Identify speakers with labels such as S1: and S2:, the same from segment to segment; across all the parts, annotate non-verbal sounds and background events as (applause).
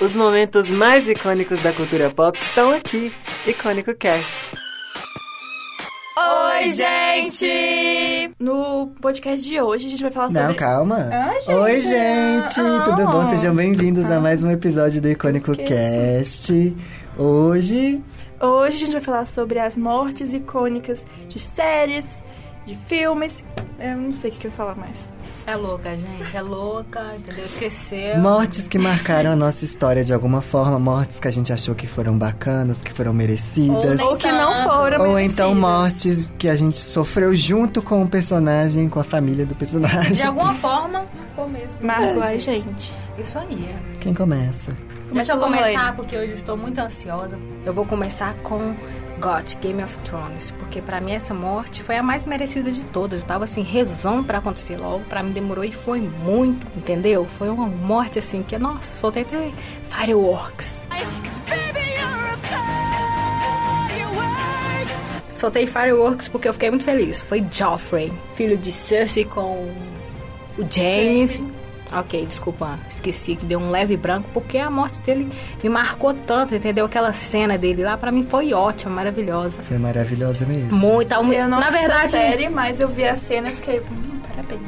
S1: Os momentos mais icônicos da cultura pop estão aqui, Icônico Cast.
S2: Oi, gente! No podcast de hoje a gente vai falar
S1: Não,
S2: sobre.
S1: calma.
S2: Ah, gente,
S1: Oi, gente!
S2: ah,
S1: Tudo
S2: ah.
S1: bom? Sejam bem-vindos a mais um episódio do Icônico
S2: Esqueci.
S1: Cast. Hoje,
S2: Hoje a gente vai falar sobre as mortes icônicas de séries, de filmes. Eu não sei o que que eu ia falar mais.
S3: É louca, gente. É louca, entendeu? Esqueceu.
S1: mortes que marcaram a nossa história de alguma forma, mortes que a gente achou que foram bacanas, que foram merecidas.
S3: Ou
S2: Ou que não foram assim, né?
S1: Ou então
S2: merecidas.
S1: mortes que a gente sofreu junto com o personagem, com a família do personagem.
S3: De alguma forma, marcou mesmo.
S2: Marco
S3: Ai,
S2: a gente.
S3: Isso aí. um é.
S1: Quem começa?
S3: Deixa eu
S2: com
S3: começar,
S2: Lorena.
S3: porque hoje estou muito ansiosa. Eu vou começar com GOT, Game of Thrones. Porque pra mim essa morte foi a mais merecida de todas. Eu tava assim, rezando pra acontecer logo. Pra mim demorou e foi muito, entendeu? Foi uma morte assim que, nossa, soltei até fireworks. Soltei fireworks porque eu fiquei muito feliz. Foi Joffrey, filho de Cersei com o James. Ok, desculpa, esqueci que deu um leve branco porque a morte dele me marcou tanto, entendeu? Aquela cena dele lá pra mim foi ótima, maravilhosa.
S1: Foi maravilhosa mesmo.
S3: Muito,
S2: Eu não
S3: na
S2: assisti a
S3: verdade,
S2: série, mas eu vi a cena e fiquei. Hum, parabéns.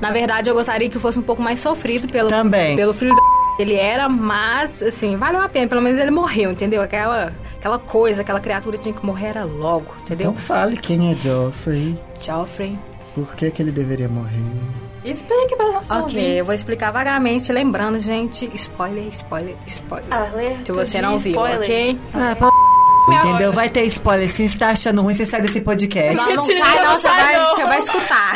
S3: na verdade eu gostaria que fosse um pouco mais sofrido pelo
S1: Também.
S3: pelo filho da ele era, mas assim, valeu a pena, pelo menos ele morreu, entendeu? Aquela aquela coisa, aquela criatura tinha que morrer era logo, entendeu?
S1: Então fale quem é Joffrey,
S2: Então-
S3: Joffrey
S1: por que, que ele deveria morrer.
S2: Explique pra nossa
S3: Ok, eu vou explicar vagamente, lembrando, gente, spoiler, spoiler, spoiler.
S2: Ah, Alerta
S3: Se você Ah, não
S2: de
S3: viu,
S2: spoiler.
S3: ok?
S1: Ah, p... Entendeu? Vai ter spoiler. Se está achando ruim, você sai desse podcast.
S3: Não, não
S2: Mentira,
S3: sai,
S2: não
S3: não, você,
S2: sai,
S3: vai,
S2: não.
S3: você vai escutar.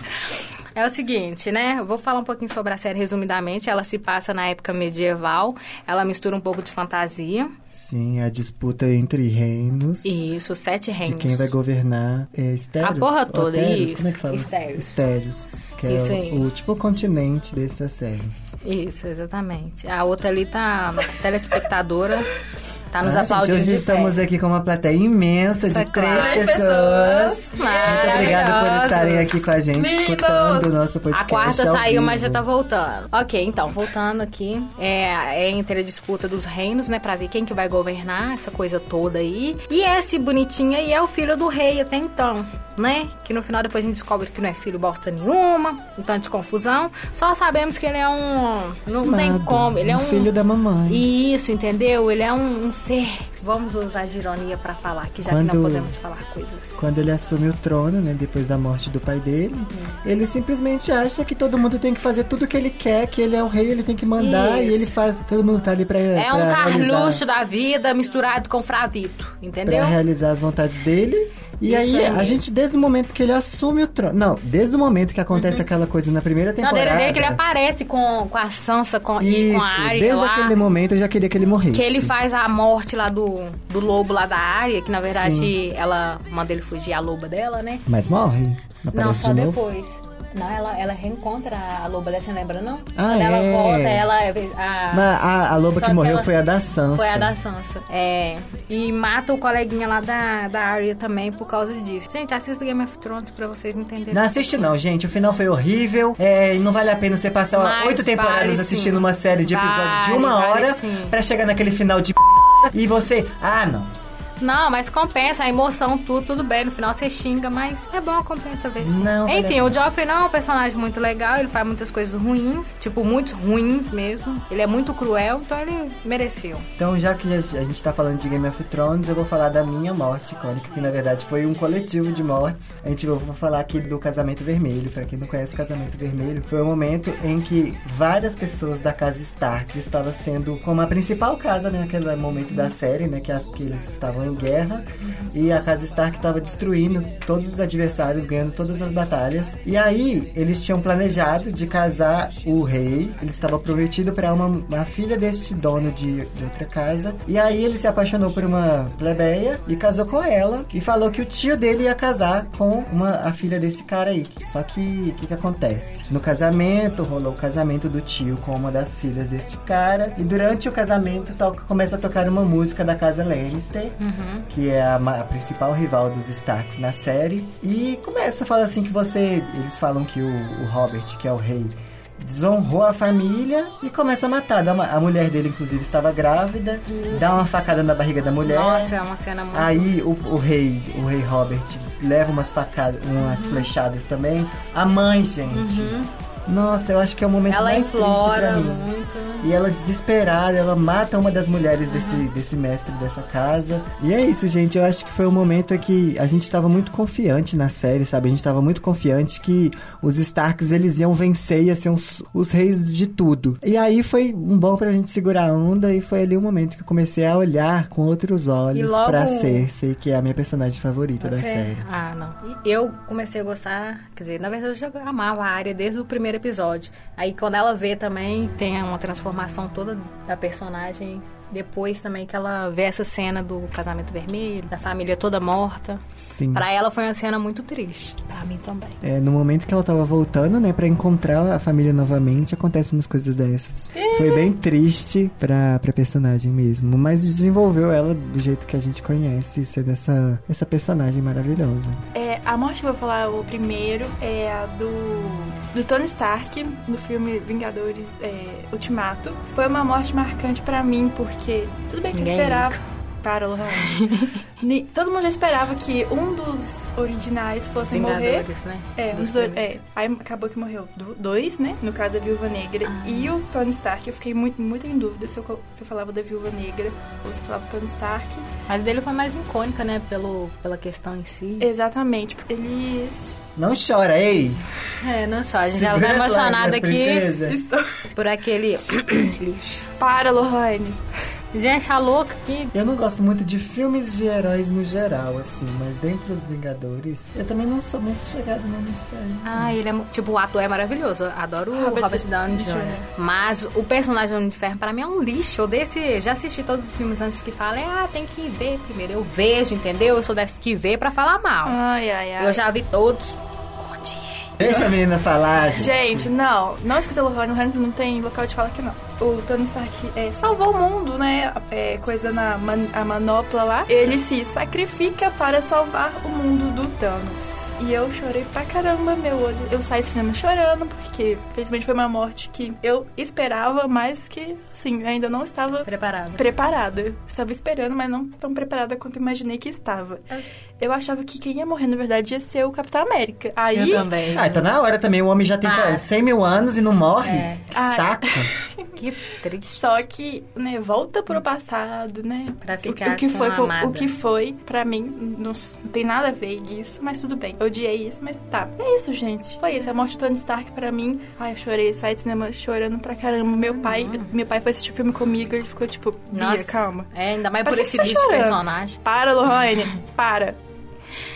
S3: (laughs) É o seguinte, né? Eu vou falar um pouquinho sobre a série resumidamente. Ela se passa na época medieval. Ela mistura um pouco de fantasia.
S1: Sim, a disputa entre reinos.
S3: E isso, sete
S1: De
S3: reinos.
S1: quem vai governar é Estéreos?
S3: A porra toda,
S1: Otérios?
S3: isso.
S1: Como é que fala?
S3: Estéreos.
S1: Estéreos, que é
S3: Isso
S1: o-
S3: aí.
S1: o último continente dessa série.
S3: Isso, exatamente. A outra ali tá, a nossa telespectadora, tá nos
S1: Ah, gente,
S3: aplaudindo.
S1: hoje
S3: de pé.
S1: estamos aqui com uma plateia imensa de
S3: Foi claro.
S1: três
S2: Três
S1: pessoas.
S2: pessoas.
S1: Muito obrigada por
S3: Maravilhosos.
S1: estarem aqui com a gente,
S2: Lindos.
S1: escutando o nosso podcast.
S3: A quarta
S1: ao
S3: saiu,
S1: vivo.
S3: mas já tá voltando. Ok, então, voltando aqui. É, é entre a disputa dos reinos, né? Pra ver quem que vai governar essa coisa toda aí. E esse bonitinho aí é o filho do rei até então, né? Que no final depois a gente descobre que não é filho bosta nenhuma. Um tanto de confusão. Só sabemos que ele é um... Não tem
S1: Amado,
S3: como. Ele é um...
S1: filho da mamãe.
S3: Isso, entendeu? Ele é um, um ser... Vamos usar de ironia pra falar, que já que
S1: Quando-
S3: não podemos falar coisas...
S1: Quando ele assume o trono, né, depois da morte do pai dele,
S3: Uhum.
S1: ele simplesmente acha que todo mundo tem que fazer tudo o que ele quer, que ele é o rei, ele tem que mandar
S3: Isso.
S1: e ele faz. Todo mundo tá ali pra.
S3: É um
S1: pra realizar-
S3: Carluxo da vida misturado com Fravito, entendeu?
S1: Pra realizar as vontades dele. E
S3: Isso
S1: aí,
S3: aí.
S1: a gente, desde o momento que ele assume o trono. Não, desde o momento que acontece aquela coisa na primeira
S3: Não,
S1: temporada.
S3: Uhum. dele dele que ele aparece com, com a Sansa com, e
S1: Isso,
S3: com a Arya
S1: desde
S3: lá.
S1: aquele momento eu já queria que ele morresse.
S3: Que ele faz a morte lá do, do lobo lá da Arya, que na verdade
S1: Sim.
S3: ela manda ele fugir a loba dela, né?
S1: Mas morre.
S3: não,
S1: Aparece
S3: só
S1: de novo.
S3: depois. Não, ela, ela reencontra a loba dela, você lembra, não?
S1: Ah,
S3: Quando
S1: é.
S3: ela volta, ela... A,
S1: Mas a, a loba
S3: Só
S1: que
S3: que
S1: morreu
S3: ela-
S1: foi a da Sansa.
S3: Foi a da Sansa. É. E mata o coleguinha lá da, da Arya também por causa disso. Gente, assista Game of Thrones pra vocês entenderem.
S1: Não assiste não, gente. O final foi horrível. É, não vale a pena você passar
S3: Mas
S1: oito temporadas
S3: vale sim.
S1: assistindo uma série de episódios de
S3: Vale,
S1: uma
S3: vale
S1: hora
S3: sim.
S1: pra chegar naquele final de p... e você... Ah, não.
S3: Não, mas compensa a emoção, tudo, tudo bem. No final você xinga, mas é bom a compensa ver sim.
S1: Não,
S3: Enfim,
S1: galera.
S3: o Joffrey não é um personagem muito legal, ele faz muitas coisas ruins, tipo, muitos ruins mesmo. Ele é muito cruel, então ele mereceu.
S1: Então, já que a a gente tá falando de Game of Thrones, eu vou falar da minha morte icônica, que na verdade foi um coletivo de mortes. A gente eu vou falar aqui do Casamento Vermelho. Pra quem não conhece o Casamento Vermelho, foi o momento em que várias pessoas da casa Stark estava sendo como a principal casa, né? Aquele momento da série, né? Que, as- que eles estavam em guerra e a casa Stark estava destruindo todos os adversários, ganhando todas as batalhas. E aí, eles tinham planejado de casar o rei. Ele estava prometido para uma, uma filha deste dono de, de outra casa. E aí, ele se apaixonou por uma plebeia e casou com ela. E falou que o tio dele ia casar com uma, a filha desse cara aí. Só que, o que, que acontece? No casamento, rolou o casamento do tio com uma das filhas desse cara. E durante o casamento, toca, começa a tocar uma música da casa Lannister
S3: Uhum.
S1: que é a, ma- a principal rival dos Starks na série. E começa a falar assim que você. Eles falam que o, o Robert, que é o rei, desonrou a família e começa a matar. Dá uma- a mulher dele, inclusive, estava grávida, dá uma facada na barriga da mulher.
S3: Nossa, é uma cena muito.
S1: Aí o, o rei, o rei Robert leva umas facadas, umas
S3: Uhum.
S1: flechadas também. A mãe, gente. Nossa, eu acho que é o momento
S3: Ela
S1: mais triste pra
S3: implora
S1: mim.
S3: muito. né?
S1: E ela desesperada, ela mata uma das mulheres desse, desse mestre dessa casa. E é isso, gente. Eu acho que foi um momento que a gente tava muito confiante na série, sabe? A gente tava muito confiante que os Starks eles iam vencer, ia ser os, os reis de tudo. E aí foi um bom pra gente segurar a onda e foi ali o momento que eu comecei a olhar com outros olhos
S3: E logo- um
S1: pra Cersei, que é a minha personagem favorita da série.
S3: Ah, não. E Eu comecei a gostar, quer dizer, na verdade eu já amava a área desde o primeiro episódio. Aí quando ela vê também, tem uma transformação toda da personagem. Depois também que ela vê essa cena do casamento vermelho, da família toda morta.
S1: Sim.
S3: Pra ela foi uma cena muito triste. Pra mim também.
S1: É, no momento que ela tava voltando, né, pra encontrar a família novamente, acontecem umas coisas dessas. Foi bem triste pra, pra personagem mesmo, mas desenvolveu ela do jeito que a gente conhece, sendo essa, essa personagem maravilhosa.
S2: É, a morte que eu vou falar, o primeiro, é a do, do Tony Stark, no filme Vingadores é, Ultimato. Foi uma morte marcante pra mim, porque tudo bem que eu
S3: Ninguém
S2: esperava. Para, Lohane. (laughs) Ni- Todo mundo já esperava que um dos originais fosse morrer.
S3: Vingadores, né?
S2: É,
S3: Dos
S2: uns dois,
S3: primeiros.
S2: é, aí acabou que morreu do- dois, né? No caso, a Viúva Negra
S3: Ah.
S2: e o Tony Stark. Eu fiquei muito, muito em dúvida se eu, co- se eu falava da Viúva Negra ou se eu falava do Tony Stark.
S3: Mas dele foi mais icônica, né? Pelo, pela questão em si.
S2: Exatamente. porque Eles
S1: Não chora, ei!
S3: É, não só. A gente já
S1: Segura
S3: tá
S1: as lágrimas,
S3: emocionada aqui
S1: princesa.
S2: estão... (laughs)
S3: por aquele (clears throat) lixo.
S2: Para, Lohane.
S3: Gente, a louca que.
S1: Eu não gosto muito de filmes de heróis no geral, assim, mas dentre os Vingadores, eu também não sou muito chegada no Homem de Ferro.
S3: Ah, ele é. mu- Tipo, o ator é maravilhoso. Eu Adoro o
S2: Robert
S3: Robert, Downey Jr.
S2: Jr.
S3: Mas o personagem do Homem de Ferro, pra mim, é um lixo. Eu desse, já assisti todos os filmes antes que falem, ah, tem que ver primeiro. Eu vejo, entendeu? Eu sou dessa que vê pra falar mal.
S2: Ai, ai, ai.
S3: Eu já vi todos.
S1: Deixa a menina falar, gente.
S2: Gente, não. Não escuta o Lohane. O Lohane não tem local de fala aqui, não. O Tony Stark é, salvou o mundo, né? É, coisa na man- a manopla lá. Ele se sacrifica para salvar o mundo do Thanos. E eu chorei pra caramba, meu olho. Eu saí do cinema chorando, porque felizmente foi uma morte que eu esperava, mas que, assim, ainda não estava
S3: Preparado.
S2: preparada. Estava esperando, mas não tão preparada quanto eu imaginei que estava.
S3: É.
S2: Eu achava que quem ia morrer, na verdade, ia ser o Capitão América. Aí,
S3: Eu também.
S1: Ah,
S2: então
S1: tá na hora também. O homem já tem
S3: Ah.
S1: quase 100 mil anos e não morre.
S3: É.
S1: Que
S2: Ah.
S1: saco.
S3: Que triste.
S2: Só que, né, volta pro passado, né?
S3: Pra
S2: O-
S3: ficar
S2: o, que
S3: com
S2: foi,
S3: a
S2: pro-
S3: amada.
S2: O que foi, pra mim, não, s- não tem nada a ver isso, mas tudo bem. Eu odiei isso, mas tá. É isso, gente. Foi isso. A morte do Tony Stark, pra mim... Ai, eu chorei. Saí do cinema chorando pra caramba. Meu pai... Meu pai foi assistir o filme comigo, ele ficou tipo... Bia,
S3: Uhum. Nossa.
S2: calma.
S3: É, ainda mais
S2: Pra
S3: por
S2: que
S3: esse
S2: você tá
S3: lixo de
S2: chorando?
S3: personagem.
S2: Para, Lohane. para.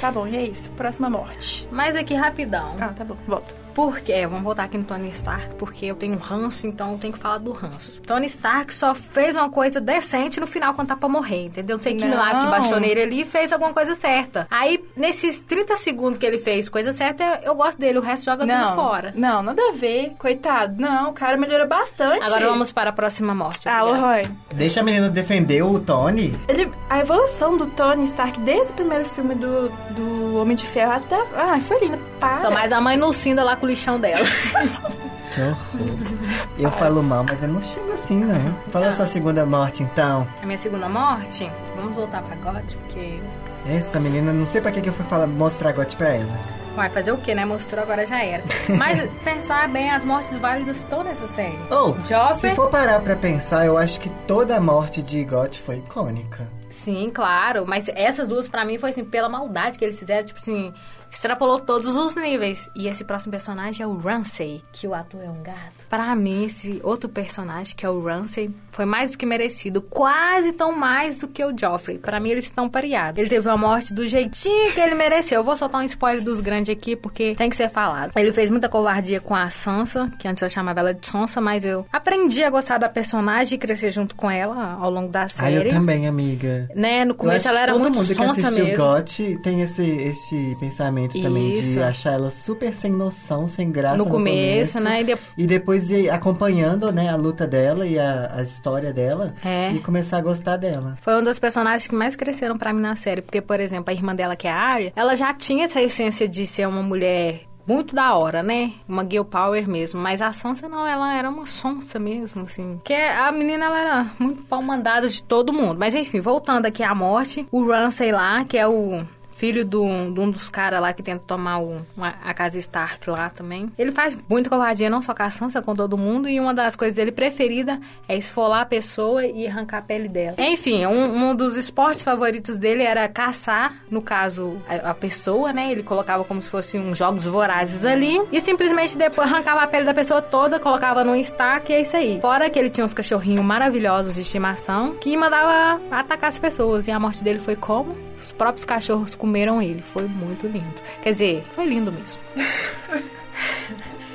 S2: Tá bom, e é isso. Próxima morte.
S3: Mas aqui rapidão.
S2: Ah, tá bom. Volta.
S3: Porque, é, vamos voltar aqui no Tony Stark, porque eu tenho ranço, então eu tenho que falar do ranço. Tony Stark só fez uma coisa decente no final quando tá pra morrer, entendeu? Não sei que
S2: Não.
S3: milagre que baixou nele ali e fez alguma coisa certa. Aí, nesses 30 segundos que ele fez coisa certa, eu, eu gosto dele, o resto joga
S2: não.
S3: tudo fora.
S2: Não, nada a ver. Coitado. Não, o cara melhorou bastante.
S3: Agora vamos para a próxima morte.
S2: Ah,
S3: obrigada.
S2: Lohane.
S1: Deixa a menina defender o Tony.
S2: Ele, a evolução do Tony Stark desde o primeiro filme do, do Homem de Ferro até. Ah, foi linda. Para.
S3: Só mais a mãe no cinda lá com o lixão dela. (laughs)
S1: Que horror. Eu falo mal, mas eu não chego assim, não. Fala sua segunda morte, então.
S3: a minha segunda morte, vamos voltar pra God, porque
S1: Essa menina, não sei pra que, que eu fui falar, mostrar gote pra ela.
S3: vai fazer o quê, né? Mostrou, agora já era.
S2: (laughs)
S3: Mas pensar bem, as mortes válidas estão nessa série.
S1: Ou,
S3: Joffrey,
S1: Oh, se for parar pra pensar, eu acho que toda a morte de Got foi icônica.
S3: Sim, claro. Mas essas duas, pra mim, foi assim, pela maldade que eles fizeram, tipo assim, extrapolou todos os níveis. E esse próximo personagem é o Ramsay, que o ator é um gato. Pra mim, esse outro personagem, que é o Ramsay, foi mais do que merecido. Quase tão mais do que o Joffrey. Pra mim, eles estão pareados. Ele teve uma morte do jeitinho que ele mereceu. Eu vou soltar um spoiler dos grandes aqui, porque tem que ser falado. Ele fez muita covardia com a Sansa, que antes eu chamava ela de Sansa, mas eu aprendi a gostar da personagem e crescer junto com ela ao longo da
S1: Ah, eu
S3: série
S1: também, amiga.
S3: né? No
S1: Eu acho
S3: começo ela
S1: que
S3: era
S1: todo
S3: muito
S1: mundo que
S3: sonsa
S1: assistiu
S3: mesmo.
S1: Got tem esse, esse pensamento também de
S3: Isso.
S1: achar ela super sem noção, sem graça
S3: No
S1: no,
S3: começo, né? E de-
S1: E depois ir acompanhando né, a luta dela e a, a história dela
S3: É.
S1: e começar a gostar dela.
S3: Foi um dos personagens que mais cresceram pra mim na série, porque por exemplo, a irmã dela que é a Arya, ela já tinha essa essência de ser uma mulher muito da hora, né? Uma girl power mesmo. Mas a Sansa não, ela era uma sonsa mesmo, assim. Que a menina, ela era muito pau mandado de todo mundo. Mas enfim, voltando aqui à morte, o Ramsay lá, que é o filho do, de um dos caras lá que tenta tomar o, uma- a casa Stark lá também. Ele faz muita covardia, não só com a Sansa, com todo mundo. E uma das coisas dele preferida é esfolar a pessoa e arrancar a pele dela. Enfim, um, um dos esportes favoritos dele era caçar, no caso, a, a pessoa, né? Ele colocava como se fosse uns jogos vorazes ali. E simplesmente depois arrancava a pele da pessoa toda, colocava num estaque e é isso aí. Fora que ele tinha uns cachorrinhos maravilhosos de estimação que mandava atacar as pessoas. E a morte dele foi como? Os próprios cachorros comeram ele. Foi muito lindo. Quer dizer, foi lindo mesmo.
S1: Ai,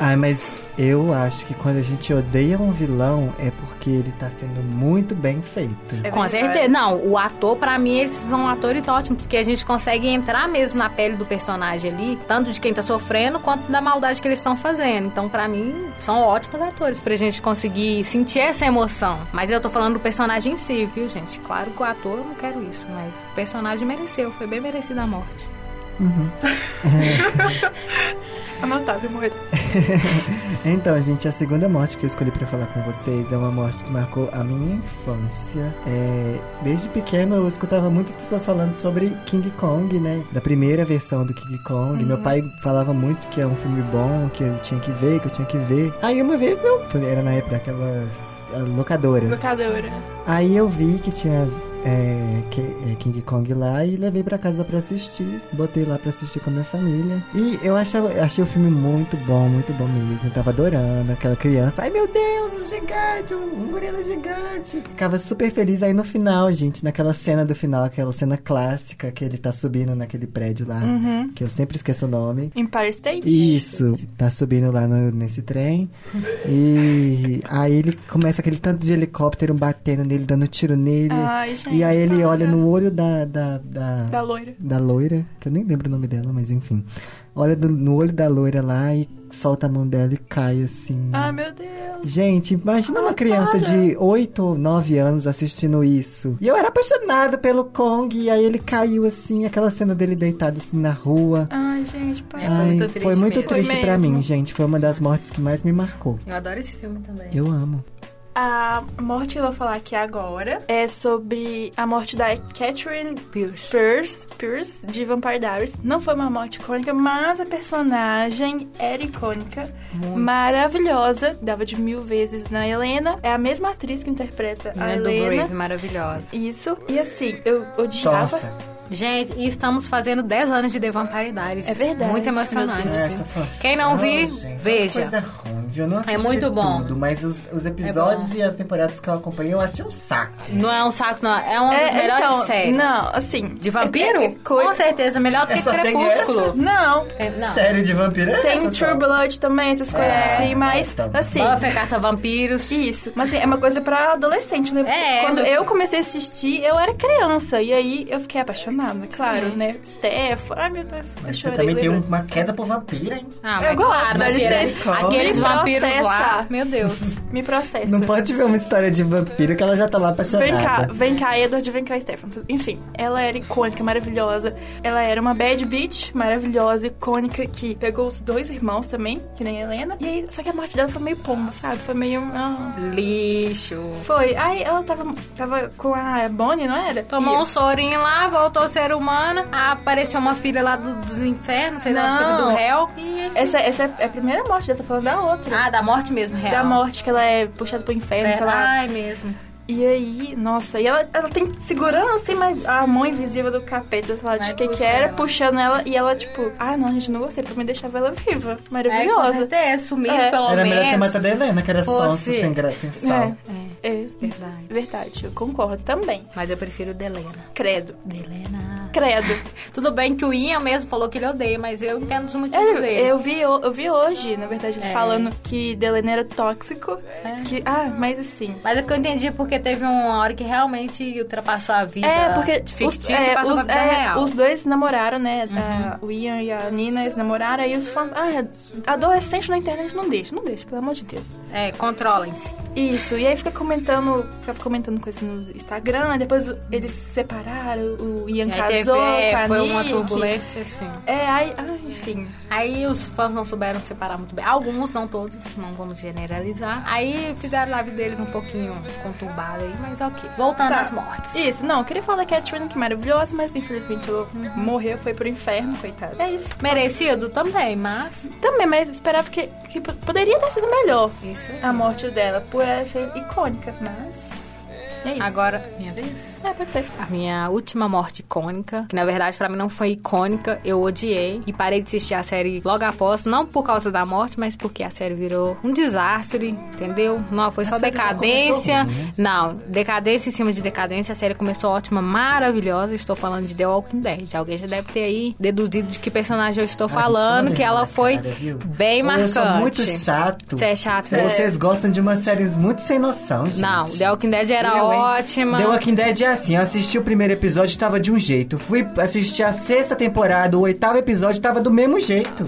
S1: Ah, mas eu acho que quando a gente odeia um vilão é porque ele tá sendo muito bem feito.
S2: É
S3: Com
S2: verdade.
S3: certeza. Não, o ator, pra mim, eles são atores ótimos, porque a gente consegue entrar mesmo na pele do personagem ali, tanto de quem tá sofrendo, quanto da maldade que eles estão fazendo. Então, pra mim, são ótimos atores pra gente conseguir sentir essa emoção. Mas eu tô falando do personagem em si, viu, gente? Claro que o ator, eu não quero isso, mas o personagem mereceu, foi bem merecida a morte.
S2: Anotado, eu morri.
S1: Então, gente, a segunda morte que eu escolhi pra falar com vocês é uma morte que marcou a minha infância. É, desde pequeno eu escutava muitas pessoas falando sobre King Kong, né? Da primeira versão do King Kong. Meu pai falava muito que é um filme bom, que eu tinha que ver, que eu tinha que ver. Aí uma vez eu. Era na época daquelas ah, locadoras.
S2: Locadora.
S1: Aí eu vi que tinha é, que- é, King Kong lá e levei pra casa pra assistir. Botei lá pra assistir com a minha família. E eu achava, achei o filme muito bom, muito bom mesmo. Eu tava adorando aquela criança. Ai meu Deus, um gigante, um, um gorila gigante. Ficava super feliz. Aí no final, gente, naquela cena do final, aquela cena clássica que ele tá subindo naquele prédio lá,
S2: Uhum.
S1: que eu sempre esqueço o nome.
S2: Empire State?
S1: Isso, tá subindo lá no- nesse trem. E aí ele começa aquele tanto de helicóptero batendo nele, dando tiro nele.
S2: Ai, Ah, gente.
S1: e aí ele
S2: para.
S1: olha no olho da. Da, da,
S2: Da loira.
S1: da loira, que eu nem lembro o nome dela, mas enfim. Olha do- no olho da loira lá e solta a mão dela e cai assim.
S2: Ah, meu Deus.
S1: Gente, imagina uma criança de 8 ou 9 anos assistindo isso. E eu era apaixonada pelo Kong, e aí ele caiu assim, aquela cena dele deitado assim na rua.
S2: Ai, gente, para.
S3: É, foi muito triste
S1: Foi muito
S3: mesmo.
S1: triste
S2: Foi
S1: pra
S2: mesmo.
S1: mim, gente. Foi uma das mortes que mais me marcou.
S3: Eu adoro esse filme também.
S1: Eu amo.
S2: A morte que eu vou falar aqui agora é sobre a morte da Catherine
S3: Pierce.
S2: Pierce, Pierce de Vampire Diaries. Não foi uma morte icônica, mas a personagem era icônica.
S3: Muito.
S2: Maravilhosa. Dava de mil vezes na Helena. É a mesma atriz que interpreta a
S3: Menina Né, do Brave,
S2: Helena.
S3: maravilhosa.
S2: Isso. E assim, eu odiava.
S3: Gente, e estamos fazendo 10 anos de The Vampire Diaries.
S2: É verdade,
S3: Muito emocionante.
S2: meu
S3: viu? Quem não viu, veja. É
S1: Coisa é ruim, viu? Eu não assisti
S3: muito bom. É
S1: Tudo, mas os, os episódios e as temporadas que eu acompanhei, eu achei um saco.
S3: Não é um saco, não. É uma das melhores
S2: então,
S3: séries.
S2: Não, assim.
S3: De vampiro?
S2: é- é
S3: Com
S2: coisa-
S3: certeza, melhor do que
S1: Essa tem
S3: Crepúsculo.
S2: Não.
S3: Tem- não.
S1: Série de vampiro é
S2: Tem
S1: essa só?
S2: True Blood também, essas coisas
S1: É,
S2: assim, mas
S1: tá bom.
S2: assim.
S3: Buffy, caça vampiros.
S2: Isso, mas assim, é uma coisa pra adolescente, né?
S3: É,
S2: Quando
S3: mas-
S2: eu comecei a assistir, eu era criança. E aí eu fiquei apaixonada, claro, né? Steph, ai meu Deus, eu
S1: Mas você
S2: chorei.
S1: também tem
S2: lembra?
S1: uma queda por vampiro, hein?
S3: Ah,
S2: Eu
S3: mas
S2: gosto, é
S3: claro,
S2: dá
S3: mas
S2: licença.
S3: era- Aqueles
S2: Me
S3: vampiros lá.
S2: processa.
S3: Meu Deus.
S2: Me processa.
S1: um Não pode ver uma história de vampiro que ela já tá lá apaixonada.
S2: Vem cá, vem cá, Edward, vem cá, Stefan. Enfim, ela era icônica, maravilhosa. Ela era uma bad bitch, maravilhosa, icônica, que pegou os dois irmãos também, que nem a Helena. E aí, só que a morte dela foi meio pomba, sabe? Foi meio. ah.
S3: Lixo.
S2: Foi. Aí ela tava, tava com a Bonnie, não era?
S3: Tomou
S2: E-
S3: um sorinho lá, voltou ser humano. Ah, Apareceu uma filha lá do- dos infernos, sei lá, acho que era do
S2: Não.
S3: réu. E enfim.
S2: Essa, essa é a primeira morte, ela tá falando da outra.
S3: Ah, da morte mesmo, real.
S2: Da morte, que ela é puxada pro inferno, sei lá.
S3: Ai, mesmo.
S2: E aí, nossa, e ela, ela tem segurança, hein, mas a mão invisível do capeta, sei lá,
S3: Vai
S2: de que que
S3: puxando
S2: era,
S3: ela.
S2: puxando ela, e ela, tipo, ah, não, gente, não gostei, pra mim deixava ela viva.
S3: É, com
S2: Maravilhosa.
S3: certeza, sumiu
S2: É.
S3: pelo
S1: Era melhor ter
S3: menos.
S1: matado a Helena, que era
S3: fosse-
S1: sonsa, sem graça, sem sal.
S3: É,
S2: É, é,
S3: verdade.
S2: verdade, eu concordo também.
S3: Mas eu prefiro Delena.
S2: Credo.
S3: Delena. (laughs)
S2: Credo.
S3: Tudo bem que o Ian mesmo falou que ele odeia, mas eu entendo os motivos
S2: Eu,
S3: dele.
S2: É, eu vi, ho- eu vi hoje, na verdade, ele
S3: É.
S2: falando que Delena era tóxico.
S3: É.
S2: Que, ah, mas assim.
S3: Mas é porque eu entendi porque teve uma hora que realmente ultrapassou a vida
S2: É, porque
S3: fictícia
S2: os,
S3: e
S2: é,
S3: passou
S2: os,
S3: pra vida
S2: é,
S3: real. Uhum.
S2: os dois namoraram, né? A- o Ian e a Nina eles namoraram, aí os fãs. Ah, adolescente na internet não deixa, não deixa, pelo amor de Deus.
S3: É, controlem-se.
S2: Isso, e aí fica comentando, fica comentando coisas no Instagram, depois eles se separaram, o Ian
S3: E aí teve,
S2: casou com a
S3: é, foi
S2: Nick.
S3: uma turbulência, assim.
S2: É, aí, ai, enfim.
S3: Aí os fãs não souberam separar muito bem. Alguns, não todos, não vamos generalizar. Aí fizeram a vida deles um pouquinho conturbada aí, mas ok. Voltando
S2: Tá.
S3: às mortes.
S2: Isso, não, eu queria falar da Catherine, que é maravilhosa, mas infelizmente ela
S3: Uhum.
S2: morreu, foi pro inferno, coitada. É isso.
S3: Merecido também, mas.
S2: Também, mas eu esperava que, que p- poderia ter sido melhor
S3: Isso. aí.
S2: a morte dela, por ela ser icônica, mas. É isso.
S3: Agora, minha vez?
S2: É, pode ser.
S3: A minha última morte icônica, que na verdade pra mim não foi icônica, eu odiei e parei de assistir a série logo após, não por causa da morte, mas porque a série virou um desastre, entendeu? Não, foi só
S1: série já
S3: decadência.
S1: começou ruim, né?
S3: Não, decadência em cima de decadência, a série começou ótima, maravilhosa. Estou falando de The Walking Dead. Alguém já deve ter aí deduzido de que personagem eu estou
S1: A gente tem uma
S3: Tá falando, que
S1: vergonha
S3: ela
S1: na
S3: foi
S1: cara, viu?
S3: bem
S1: Ou Eu
S3: marcante.
S1: sou muito chato.
S3: Você é chato, né?
S1: Vocês gostam de umas séries muito sem noção, gente.
S3: Não, The Walking Dead era
S1: Eu, hein?
S3: ótima.
S1: The Walking Dead é assim, eu assisti o primeiro episódio tava de um jeito. Fui assistir a sexta temporada, o oitavo episódio tava do mesmo jeito.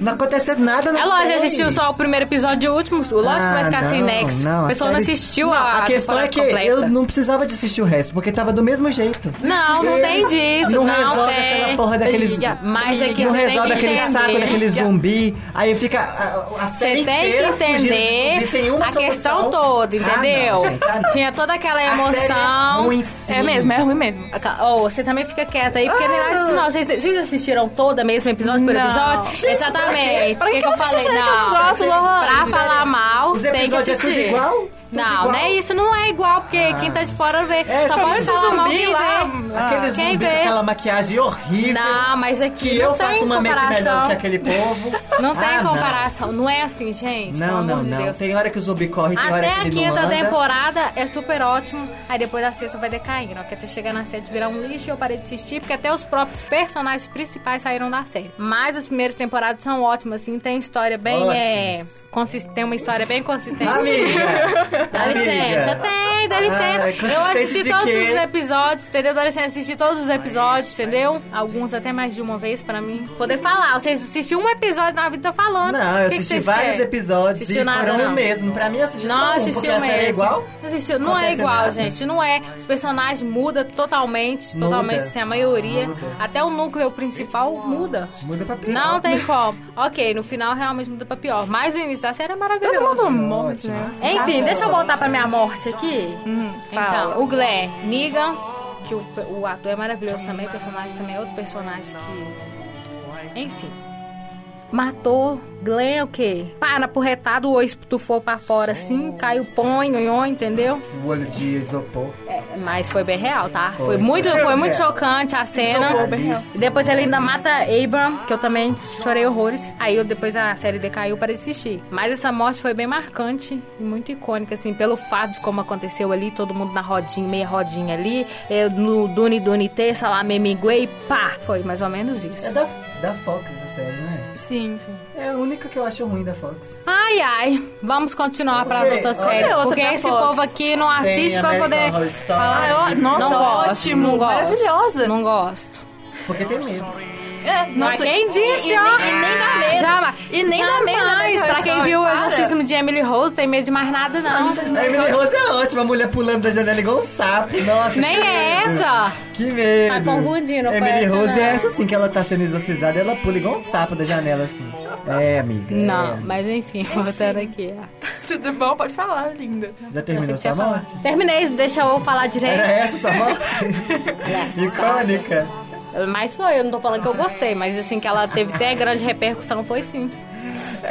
S1: Não aconteceu nada na
S3: É lógico,
S1: série.
S3: já assistiu só o primeiro episódio e o último. Lógico que vai
S1: Ah,
S3: ficar assim, sem
S1: não,
S3: Nex. a pessoa não
S1: série-
S3: assistiu
S1: Não,
S3: a,
S1: A questão é
S3: temporada
S1: que
S3: completa.
S1: eu não precisava de assistir o resto, porque tava do mesmo jeito.
S3: Não, não tem disso.
S1: Não,
S3: Não, é.
S1: resolve
S3: tem.
S1: aquela porra daqueles...
S2: Liga.
S3: Mas é que
S1: não
S3: você tem
S1: resolve
S3: que
S1: aquele
S3: entender.
S1: saco daquele zumbi. Aí fica a, a série
S3: Você tem que
S1: inteira fugindo de zumbi,
S3: entender
S1: sem uma
S3: a questão
S1: solução.
S3: toda, entendeu?
S1: Ah, não, gente, ah, não.
S3: Tinha toda aquela
S1: A série É,
S3: emoção.
S1: ruim, sim.
S2: É mesmo, é ruim mesmo.
S3: Ô, você também fica quieta aí, porque
S2: Ah,
S3: nem acho isso, não. Vocês, vocês assistiram toda mesmo, episódio por
S2: Não.
S3: episódio?
S2: Gente,
S3: Exatamente.
S2: pra que
S3: O que,
S2: que
S3: eu
S2: eu vou
S3: falei?
S2: assistir série que eu não
S3: Não.
S2: gosto, Lohan?
S3: pra falar mal,
S1: Os
S3: tem que
S1: episódios é
S3: assistir.
S1: tudo igual? Tudo
S3: Não,
S1: igual? Ah.
S3: não é isso, não é igual, porque quem tá de fora vê.
S1: É,
S3: Só
S1: tem
S3: pode
S1: muito
S3: falar mal
S2: zumbi
S3: quem
S2: lá.
S3: vê.
S2: Ah,
S1: Aquele
S3: quem
S1: zumbi com
S3: vê?
S1: aquela maquiagem horrível.
S3: Não, mas aqui
S1: que
S3: não
S1: eu
S3: tem
S1: faço uma make
S3: comparação.
S1: melhor que aquele povo.
S3: (laughs) Não tem
S1: Ah,
S3: comparação, não. é assim, gente. pelo
S1: Não,
S3: amor
S1: não,
S3: de
S1: não.
S3: Deus.
S1: Tem hora que o zumbi corre, tem hora que
S3: Até a
S1: ele não
S3: quinta
S1: anda.
S3: temporada é super ótimo, aí depois a sexta vai decaindo. ó, que até chegar na série virar um lixo e eu parei de assistir, porque até os próprios personagens principais saíram da série. Mas as primeiras temporadas são ótimas, assim, tem história bem. É,
S1: Ótimas.
S3: consis- tem uma história bem consistente.
S1: Amiga!
S3: Dá licença,
S1: amiga!
S3: tem, dá
S1: Ah,
S3: licença.
S1: consistente
S3: eu assisti
S1: de
S3: todos
S1: quê?
S3: os episódios, entendeu? Dá licença, assisti todos os episódios, entendeu? Alguns até mais de uma vez pra mim poder falar. Vocês assistiram um episódio na vida falando.
S1: Não, eu
S3: O que que
S1: assisti
S3: vocês
S1: vários
S3: querem?
S1: episódios
S3: Assistiu
S1: e
S3: nada,
S1: foram o
S3: não.
S1: mesmo. Pra mim, eu assisti
S3: Não
S1: só um, porque
S3: assistiu
S1: a
S3: mesmo.
S1: série é igual.
S3: Não assistiu. Não é
S1: Acontece
S3: igual,
S1: nada.
S3: gente. Não é. Os personagens mudam totalmente.
S1: Muda.
S3: Totalmente, tem a maioria. Até o núcleo principal muda.
S1: Muda pra pior.
S3: Não tem como. ok, no final realmente muda pra pior. Mas o início da série é maravilhoso.
S2: Todo mundo morre, né?
S1: Tá
S2: Hum,
S3: Enfim, deixa eu voltar pra minha morte aqui.
S2: fala.
S3: Então, o Glenn Negan, que o, o ator é maravilhoso também, o personagem também é outro personagem que. Enfim. Matou Glenn é o quê? Para porretado, o osso estufou pra fora assim, caiu põe, nhonhon, entendeu?
S1: O olho de isopor.
S3: É, mas foi bem real, tá? Foi
S1: Foi.
S3: muito,
S1: Foi
S3: foi muito
S1: real.
S3: chocante a cena.
S1: bem real.
S3: E Depois ele ainda mata Abram, que eu também chorei horrores. Aí eu, depois a série decaiu para assistir. Mas essa morte foi bem marcante e muito icônica, assim, pelo fato de como aconteceu ali, todo mundo na rodinha, meia rodinha ali, eu, no Dune Dune Terça lá, Memiguei, pá! Foi mais ou menos isso.
S1: É da, da Fox essa série, não é?
S2: Sim.
S1: É a única que eu acho ruim da Fox.
S3: Ai, ai, vamos continuar para as
S1: Ok,
S3: outras
S1: olha
S3: séries,
S2: outra
S3: porque
S2: da
S3: esse
S2: Fox.
S3: povo aqui não assiste para
S1: American
S3: poder...
S1: Horror Story.
S3: falar.
S2: Ah, eu- nossa,
S3: não gosto,
S2: ótimo,
S3: não gosto,
S2: maravilhosa.
S3: Não gosto.
S1: Porque tem medo.
S2: É,
S3: Nossa, quem disse,
S2: e,
S3: ó?
S2: E, nem- e nem dá medo.
S3: Jamais.
S2: E nem dá medo, né,
S3: Jamais.
S2: Toy
S3: Pra quem
S2: Story,
S3: viu o
S2: para.
S3: exorcismo de Emily Rose, tem medo de mais nada, não.
S1: A Emily Rose é ótima, a mulher pulando da janela igual um sapo. Nossa.
S3: Nem
S1: que
S3: é
S1: medo.
S3: essa.
S1: Que medo.
S3: Tá confundindo, foi
S1: Emily
S3: essa,
S1: Rose
S3: não.
S1: é essa sim que ela tá sendo exorcizada, ela pula igual um sapo da janela assim. É, amiga.
S3: Não,
S1: é.
S3: mas enfim, voltando aqui. ó.
S2: Tudo bom? Pode falar, linda.
S1: Já terminou sua morte? É.
S3: Terminei, deixa eu falar
S1: Era
S3: direito.
S1: essa sua
S3: (laughs)
S1: morte? Icônica.
S3: Mas foi, eu não tô falando que eu gostei, mas assim, que ela teve até grande repercussão, foi sim.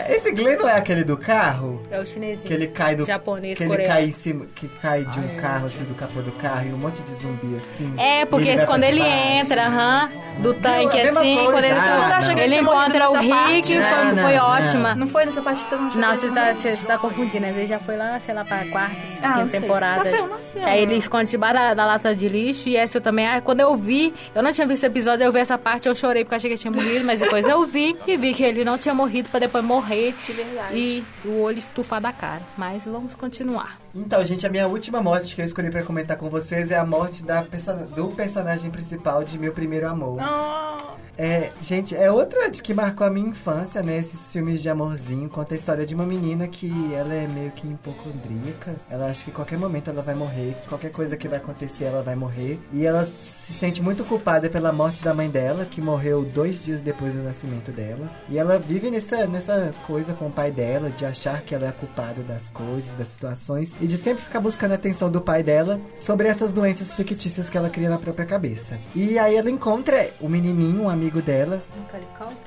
S1: Esse Glenn não é aquele do carro?
S3: É o chinesinho.
S1: Que ele cai do.
S3: Japonês,
S1: que ele
S3: coreano.
S1: cai em cima. Que cai de um carro, assim, do capô do carro e um monte de zumbi assim.
S3: É, porque
S1: E vai
S3: quando
S1: pra
S3: ele
S1: debaixo.
S3: entra, aham, do tanque
S1: mesma
S3: assim,
S1: coisa.
S3: quando ele,
S1: Ah, não.
S2: Achou que ele
S3: ele
S2: tinha
S3: encontra o
S2: morrido nessa parte,
S3: Rick,
S2: né?
S3: foi,
S1: É, Não,
S3: foi
S1: não,
S3: ótima.
S2: Não foi nessa parte que todo mundo
S3: Não, você tá, você você tá confundindo. Às vezes já foi lá, sei lá, pra quarta,
S2: Ah, não
S3: quinta
S2: sei.
S3: temporada.
S2: Tá vendo? Não sei,
S3: aí
S2: não.
S3: ele esconde debaixo da, da lata de lixo. E essa eu também. Ah, quando eu vi, eu não tinha visto o episódio, eu vi essa parte, eu chorei porque eu achei que ele tinha morrido. Mas depois eu vi e vi que ele não tinha morrido pra depois morrer.
S2: De verdade.
S3: E o olho estufar da cara. Mas vamos continuar.
S1: Então, gente, a minha última morte que eu escolhi pra comentar com vocês é a morte da perso- do personagem principal de Meu Primeiro Amor.
S2: Ah,
S1: É, gente, é outra de- que marcou a minha infância, né? Esses filmes de amorzinho. Conta a história de uma menina que ela é meio que hipocondríaca. Ela acha que qualquer momento ela vai morrer, que qualquer coisa que vai acontecer ela vai morrer. E ela se sente muito culpada pela morte da mãe dela, que morreu dois dias depois do nascimento dela. E ela vive nessa, nessa coisa com o pai dela, de achar que ela é a culpada das coisas, das situações, e de sempre ficar buscando a atenção do pai dela sobre essas doenças fictícias que ela cria na própria cabeça. E aí ela encontra o menininho, um amigo dela,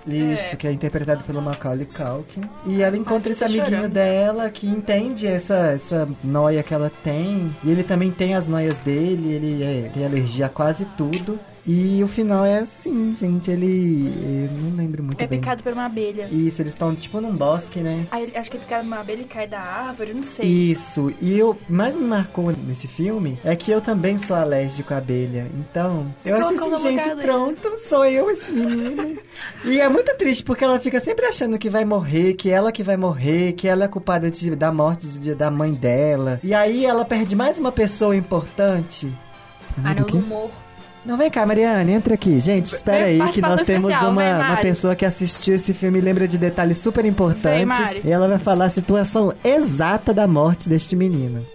S1: isso,
S2: É.
S1: que é interpretado pelo Macaulay Culkin. E ela encontra esse
S2: Tá
S1: amiguinho
S2: chorando.
S1: dela que entende essa, essa noia que ela tem. E ele também tem as noias dele, ele é- tem alergia a quase tudo. E o final é assim, gente, ele... Eu não lembro muito
S2: É
S1: bem.
S2: picado por uma abelha.
S1: Isso, eles estão tipo num bosque, né?
S2: Aí, ele- acho que é picado por uma abelha e cai da árvore, eu não sei.
S1: Isso, e o mais me marcou nesse filme é que eu também sou alérgico à abelha. Então,
S2: Você
S1: eu acho
S2: colocou
S1: assim,
S2: no
S1: gente,
S2: lugar dele.
S1: pronto, sou eu esse menino. e é muito triste porque ela fica sempre achando que vai morrer, que ela que vai morrer, que ela é culpada de- da morte de- da mãe dela. E aí ela perde mais uma pessoa importante.
S3: Anel
S1: do
S3: do
S1: quê?
S3: humor.
S1: Não, vem cá, Mariana, entra aqui. Gente, espera aí que nós
S2: participação
S1: temos
S2: especial,
S1: uma,
S2: vem,
S1: uma
S2: Mari.
S1: pessoa que assistiu esse filme e lembra de detalhes super
S2: Vem,
S1: importantes.
S2: Mari.
S1: e ela vai falar a situação exata da morte deste menino.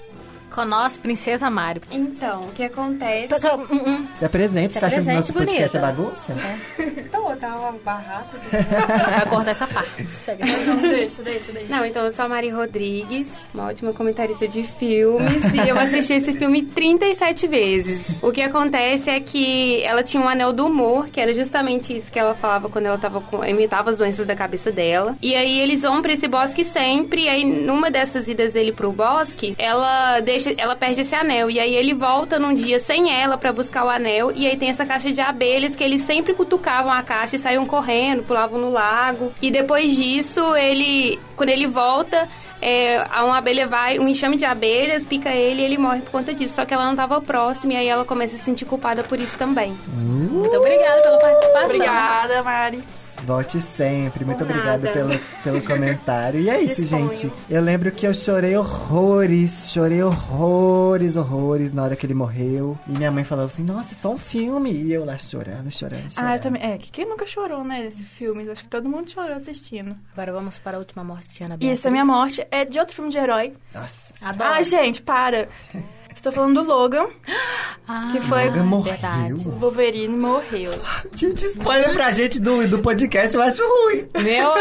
S3: Com nós, Princesa Mário.
S4: Então, o que
S2: é
S4: acontece?
S2: (laughs)
S3: Hum, hum.
S1: Se apresenta,
S3: Se
S1: você tá achando que nosso
S3: apresente,
S1: podcast é
S3: bonita.
S1: bagunça?
S4: Então, eu tava barraco.
S3: Vai cortar essa parte. Chega.
S2: Não, deixa, deixa, deixa.
S4: Não, então eu sou a Mari Rodrigues, uma ótima comentarista de filmes, e eu assisti esse filme 37 vezes. O que acontece é que ela tinha um anel do humor, que era justamente isso que ela falava quando ela tava com, imitava as doenças da cabeça dela. E aí eles vão pra esse bosque sempre, e aí numa dessas idas dele pro bosque, ela deixa, ela perde esse anel. E aí ele volta num dia sem ela pra buscar o anel, e aí tem essa caixa de abelhas que eles sempre cutucavam a caixa e saíam correndo, pulavam no lago. E depois disso, ele, quando ele volta, é, a uma abelha vai, um enxame de abelhas pica ele e ele morre por conta disso. Só que ela não tava próxima e aí ela começa a se sentir culpada por isso também.
S3: Muito obrigada pela participação.
S2: Obrigada, Mari.
S1: Volte sempre. Muito
S4: Por
S1: obrigada
S4: nada.
S1: pelo, pelo comentário. E é isso,
S4: Disponho.
S1: gente. Eu lembro que eu chorei horrores, chorei horrores, horrores na hora que ele morreu. E minha mãe falava assim: Nossa, é só um filme. E eu lá chorando, chorando, chorando.
S2: Ah, eu também. É, que quem nunca chorou, né, nesse filme? Eu acho que todo mundo chorou assistindo.
S3: Agora vamos para a última morte de Ana
S2: E
S3: Beatriz.
S2: essa minha morte é de outro filme de herói.
S1: Nossa.
S3: Adoro.
S2: Ah, gente, para. Estou falando do Logan.
S3: Ah,
S2: que foi-
S1: Logan morreu.
S3: verdade.
S2: Wolverine morreu.
S1: Gente, spoiler pra gente do, do podcast, eu acho ruim.
S2: (laughs)
S3: Meu,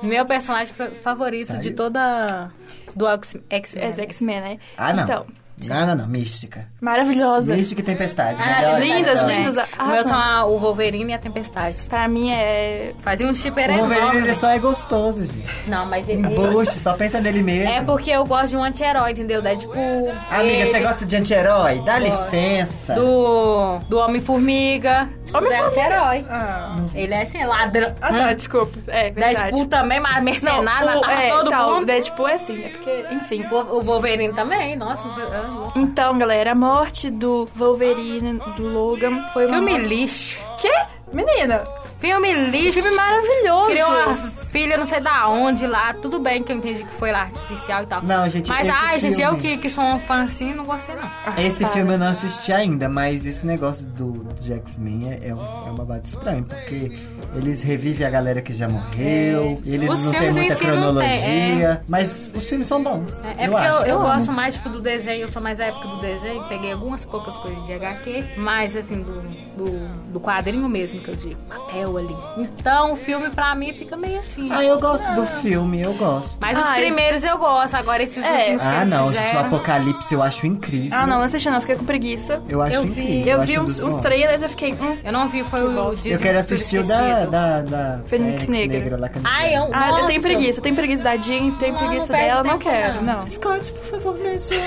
S3: meu personagem fa- favorito
S1: Saiu.
S3: de toda... Do X- X-Men.
S2: É do X-Men, né?
S1: Ah, não.
S2: Então,
S1: não, não, não. Mística.
S2: maravilhosa.
S1: Mística e Tempestade.
S3: Ah,
S1: melhor.
S2: lindas,
S1: Então,
S2: lindas. Ah, tá.
S3: O meu são a- o Wolverine e a Tempestade.
S2: Pra mim é.
S3: Fazia um shipper
S1: O Wolverine
S3: enorme.
S1: ele é só é gostoso,
S3: (laughs)
S1: gente.
S3: Não, mas ele...
S1: Embuste, só pensa nele mesmo.
S3: É porque eu gosto de um anti-herói, entendeu? Deadpool...
S1: Amiga,
S3: ele,
S1: você gosta de anti-herói? Dá licença.
S3: Do, do Homem-Formiga.
S2: Homem-Formiga.
S3: Ele é anti-herói.
S2: Ah,
S3: Ele é, assim, ladrão.
S2: ah tá, desculpa. É, verdade.
S3: Deadpool também, mas
S2: Não,
S3: mercenário,
S2: o-
S3: matava
S2: é,
S3: todo
S2: então,
S3: mundo.
S2: Deadpool é assim, é porque, enfim.
S3: O o Wolverine também, nossa. não foi- ah, não.
S2: Então, galera, a morte do Wolverine, do Logan, foi uma
S3: Filme
S2: morte-
S3: lixo.
S2: Quê? Menina,
S3: Filme lixo.
S2: filme maravilhoso.
S3: Criou uma filha não sei da onde lá. Tudo bem que eu entendi que foi lá artificial e tal.
S1: Não, gente,
S3: Mas,
S1: esse
S3: ai, gente,
S1: filme-
S3: eu que, que sou um fã assim, não gostei não.
S1: Esse filme eu não assisti ainda, mas esse negócio do de X-Men é, é, um- é uma bate estranha, porque eles revivem a galera que já morreu, eles
S3: É. Os
S1: não têm
S3: filmes em
S1: muita
S3: si não tem,
S1: cronologia, mas os filmes são bons.
S3: É, é
S1: eu
S3: porque
S1: acho.
S3: eu, eu gosto mais tipo, do desenho, eu sou mais da época do desenho, peguei algumas poucas coisas de HQ, mas assim, do, do, do quadrinho mesmo que eu digo, papel ali. Então o filme pra mim fica meio assim.
S1: Ah, eu gosto do filme, eu gosto.
S3: Mas os
S2: Ai.
S3: primeiros eu gosto, agora esses
S2: É.
S3: últimos que
S1: Ah,
S3: eles
S1: não, gente, o
S3: fizeram...
S1: Apocalipse eu acho incrível.
S2: Ah, não, não assisti não, eu fiquei com preguiça.
S1: Eu acho
S3: Eu vi.
S1: incrível.
S2: Eu
S1: acho
S2: vi
S1: um
S2: uns,
S1: dos
S2: uns
S1: bons.
S2: trailers e fiquei. Hum.
S3: Eu não vi, foi o Disney
S1: Eu quero assistir o da, da, da
S2: Fênix Negra.
S1: lá que eu não
S3: Ai, é um- eu-
S2: Ah, eu tenho
S3: Nossa.
S2: preguiça, eu tenho preguiça da Jean, tenho
S3: Não,
S2: preguiça
S3: não perde
S2: dela, não
S3: tempo,
S2: quero,
S3: não.
S2: não.
S1: Scott, por favor, me ajuda.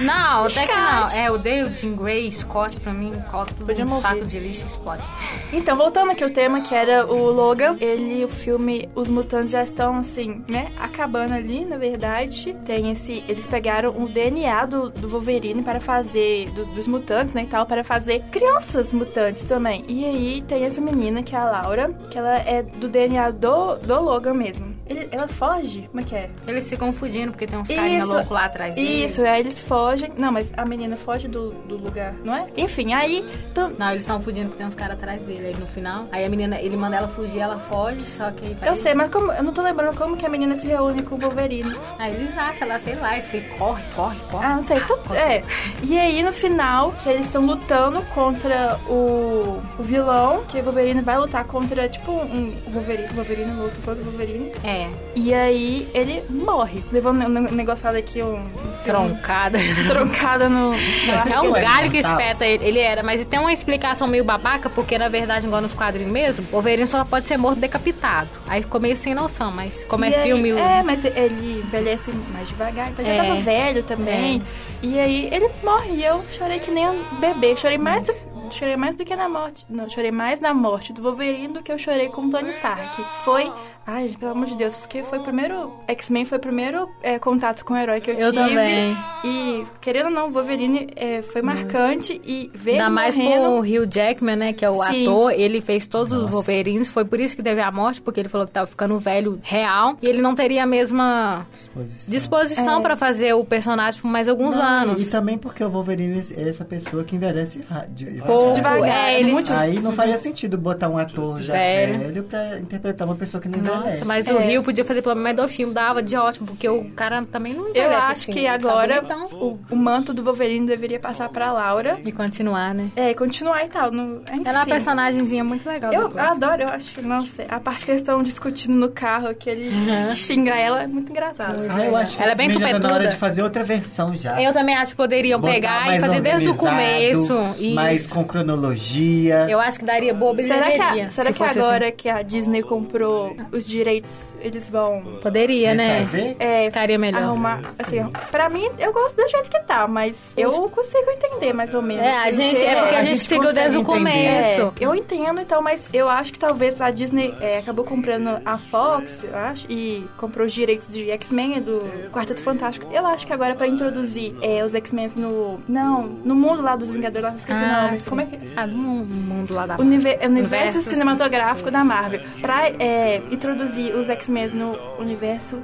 S3: Não, até que não. É, eu dei o Jim Gray, Scott, pra mim, coloca tudo
S2: Podia
S3: um
S2: morrer.
S3: saco de lixo Scott.
S2: Então, voltando aqui ao tema, que era o Logan, ele, o filme, os mutantes já estão, assim, né, acabando ali, na verdade. Tem esse, eles pegaram o DNA do, do Wolverine para fazer, do- dos mutantes, né, e tal, para fazer crianças mutantes também. E aí tem essa menina, que é a Laura, que ela é do DNA do, do Logan mesmo. Ele- ela foge? Como é que é?
S3: Eles ficam fugindo porque tem uns carinha
S2: Isso.
S3: loucos lá atrás deles.
S2: Isso, é. aí eles fogem. Não, mas a menina foge do, do lugar, não é? Enfim, aí. tam-
S3: Não, eles estão fugindo porque tem uns caras atrás dele. Aí no final, aí a menina, ele manda ela fugir, ela foge, só que aí vai-
S2: Eu sei, mas como, eu não tô lembrando como que a menina se reúne com o Wolverine.
S3: Aí eles acham lá, sei lá, esse corre, corre, corre.
S2: Ah, não sei. tu- é. E aí, no final, que eles estão lutando contra o, o vilão, que o Wolverine vai lutar contra, tipo, um um Wolverine. Wolverine luta contra o Wolverine.
S3: É,
S2: E aí, ele morre. Levando um ne- negócio daqui, um... um fio-
S3: troncada.
S2: (laughs) Troncada tá. no...
S3: (laughs) É um
S1: Ué,
S3: galho que
S1: não tava.
S3: espeta ele, ele era, mas tem uma explicação meio babaca, porque na verdade, igual nos quadrinhos mesmo, o Wolverine só pode ser morto decapitado. Aí ficou meio sem noção, mas como
S2: E
S3: é
S2: aí-
S3: filme. o-
S2: É, mas ele envelhece mais devagar, então já
S3: É.
S2: tava velho também. E aí ele morre e eu chorei que nem um bebê. Chorei mais do, chorei mais do que na morte. Não, chorei mais na morte do Wolverine do que eu chorei com o Tony Stark. Foi. Ai, gente, pelo amor de Deus, porque foi o primeiro. X-Men foi o primeiro é, contato com o herói que eu,
S3: Eu
S2: tive.
S3: também. Hum.
S2: E, querendo ou não, o Wolverine é, foi marcante e ver
S3: Ainda
S2: ele
S3: mais
S2: morrendo.
S3: pro Hugh Jackman, né? Que é o
S2: Sim.
S3: ator. Ele fez todos os
S1: Nossa.
S3: Wolverines. Foi por isso que teve a morte, porque ele falou que tava ficando velho real. E ele não teria a mesma
S1: Disposição.
S3: disposição
S2: É.
S3: pra fazer o personagem por mais alguns
S1: Não,
S3: anos.
S1: E também porque o Wolverine é essa pessoa que envelhece ra- de-
S3: Pouco,
S2: Devagar,
S3: é, ele-
S2: muito-
S1: Aí não faria sentido botar um ator já
S3: Velho.
S1: velho, pra interpretar uma pessoa que não envelhece.
S3: Nossa, mas
S2: É.
S3: o Rio podia fazer pelo menos do filme, dava de ótimo, porque o cara também não
S2: Eu
S3: envelhece
S2: acho
S3: assim,
S2: que
S3: ele tá
S2: agora
S3: bonitão.
S2: o, o manto do Wolverine deveria passar pra Laura.
S3: E continuar, né?
S2: É, e continuar e tal. No, enfim.
S3: Ela é uma personagemzinha muito legal.
S2: Eu
S3: depois.
S2: adoro, eu acho. Nossa, a parte que eles estão discutindo no carro, que ele xinga ela, é muito engraçado.
S1: Ah, eu acho que
S3: Ela é bem
S1: X-Men já tá na hora
S3: tupetuda.
S1: de fazer outra versão já.
S3: Eu também acho que poderiam
S1: Botar
S3: pegar e
S1: mais
S3: fazer desde o
S1: organizado,
S3: começo. Isso.
S1: Mais com cronologia.
S3: Eu acho que daria boa
S2: Será que,
S3: brilharia,
S2: a- será que
S3: se fosse assim.
S2: agora que a Disney comprou os direitos, eles vão
S3: Poderia, né?
S1: Fazer?
S2: é,
S3: Ficaria melhor.
S2: arrumar? Assim, ó, pra mim, eu gosto do jeito que tá, mas eu consigo entender mais ou menos.
S3: É, a gente, é porque a,
S1: A
S3: gente,
S1: gente
S3: seguiu desde o
S1: consegue
S2: É,
S1: entender.
S3: começo.
S2: eu entendo, então, mas eu acho que talvez a Disney é, acabou comprando a Fox, eu acho, e comprou os direitos de X-Men e do Quarteto Fantástico. Eu acho que agora pra introduzir é, os X-Men no. Não, no mundo lá dos Vingadores, lá, esqueci o
S3: Ah,
S2: nome.
S3: sim.
S2: Como é que.
S3: Ah, do
S1: um
S3: mu- mundo lá da
S2: Univer- universo,
S3: Universo, sim.
S2: cinematográfico da Marvel. Pra é, introduzir os X-Men no universo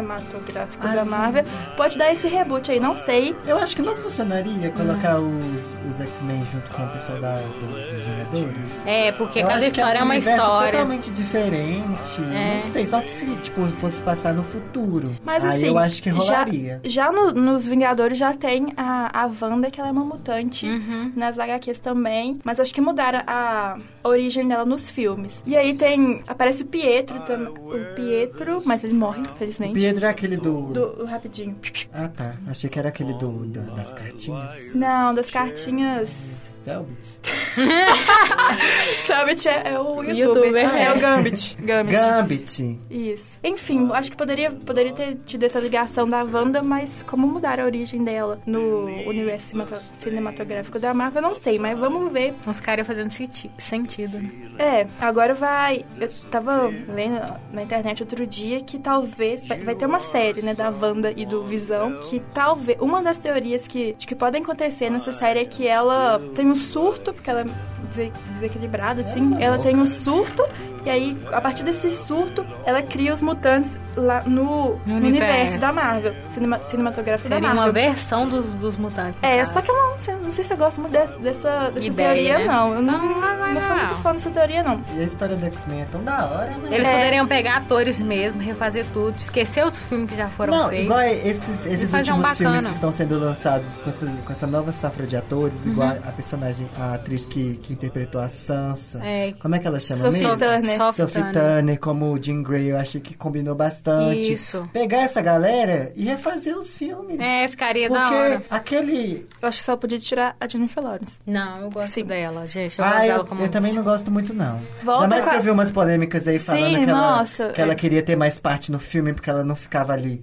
S2: cinematográfico
S1: Ai,
S2: da Marvel, pode dar esse reboot aí, não sei.
S1: Eu acho que não funcionaria colocar os, os X-Men junto com o pessoal da, do- dos Vingadores.
S3: É, porque
S1: Eu
S3: cada
S1: acho que
S3: história é,
S1: um
S3: uma
S1: universo
S3: história.
S1: totalmente diferente.
S3: É.
S1: Não sei, só se tipo, fosse passar no futuro.
S2: Mas
S1: Aí
S2: assim,
S1: eu acho que
S2: já-
S1: rolaria.
S2: Já, no- nos Vingadores já tem a, a Wanda, que ela é uma mutante.
S3: Uhum.
S2: Nas HQs também. Mas acho que mudaram a origem dela nos filmes. E aí tem. Aparece o Pietro também. O Pietro, mas ele morre,
S1: O
S2: infelizmente.
S1: Pedro é aquele do...
S2: Do, do rapidinho.
S1: Ah, tá. Achei que era aquele do, da- das cartinhas.
S2: Não, das cartinhas.
S1: Selbit?
S2: Gambit é, é o youtuber.
S3: Youtuber,
S2: É,
S3: é.
S2: o Gambit. Gambit.
S1: Gambit.
S2: Isso. Enfim, acho que poderia, poderia ter tido essa ligação da Wanda, mas como mudar a origem dela no universo cimato- cinematográfico da Marvel, eu não sei, mas vamos ver.
S3: Não ficaria fazendo senti- sentido. né?
S2: É, agora vai. Eu tava lendo na internet outro dia que talvez vai, vai ter uma série, né, da Wanda e do Visão, que talvez. Uma das teorias que, de que podem acontecer nessa série é que ela tem um surto, porque ela é dese- desequilibrada, assim, ela tem um surto. E aí, a partir desse surto, ela cria os mutantes lá no, no universo.
S3: universo.
S2: da Marvel, cinema, cinematográfico da
S3: Seria
S2: Marvel.
S3: uma versão dos, dos mutantes. no
S2: É,
S3: caso.
S2: só que eu não sei, não sei se eu gosto muito dessa, dessa, dessa
S3: Ideia,
S2: teoria,
S3: né?
S2: não. Eu não,
S3: Não, não, não,
S2: não sou
S3: não.
S2: muito fã dessa teoria, não.
S1: E a história do X-Men é tão da hora, né?
S3: Eles
S2: É.
S3: poderiam pegar atores mesmo, refazer tudo, esquecer os filmes que já foram
S1: Não,
S3: feitos.
S1: igual é esses, esses
S3: fazer um
S1: últimos filmes
S3: bacana.
S1: que estão sendo lançados com essa, com essa nova safra de atores, igual
S3: Uhum.
S1: a personagem, a atriz que, que interpretou a Sansa.
S3: É.
S1: Como é que ela chama
S2: Sophie
S1: mesmo?
S2: Turner.
S3: Sophie
S1: Sophie Turner.
S3: Turner.
S1: como o Jean Grey, eu achei que combinou bastante.
S3: Isso.
S1: Pegar essa galera e refazer os filmes.
S3: É, ficaria da hora.
S1: Porque aquele.
S2: Eu acho que só podia tirar a Jennifer Lawrence.
S3: Não, eu gosto
S2: Sim.
S3: dela, gente. Eu
S1: Ah,
S3: gosto dela
S1: eu,
S3: como
S1: eu também não gosto muito, não.
S2: Volta
S1: Ainda mais
S2: com
S1: que
S2: a-
S1: eu vi umas polêmicas aí falando
S2: Sim,
S1: que, ela,
S2: nossa,
S1: que ela
S2: é.
S1: queria ter mais parte no filme porque ela não ficava ali.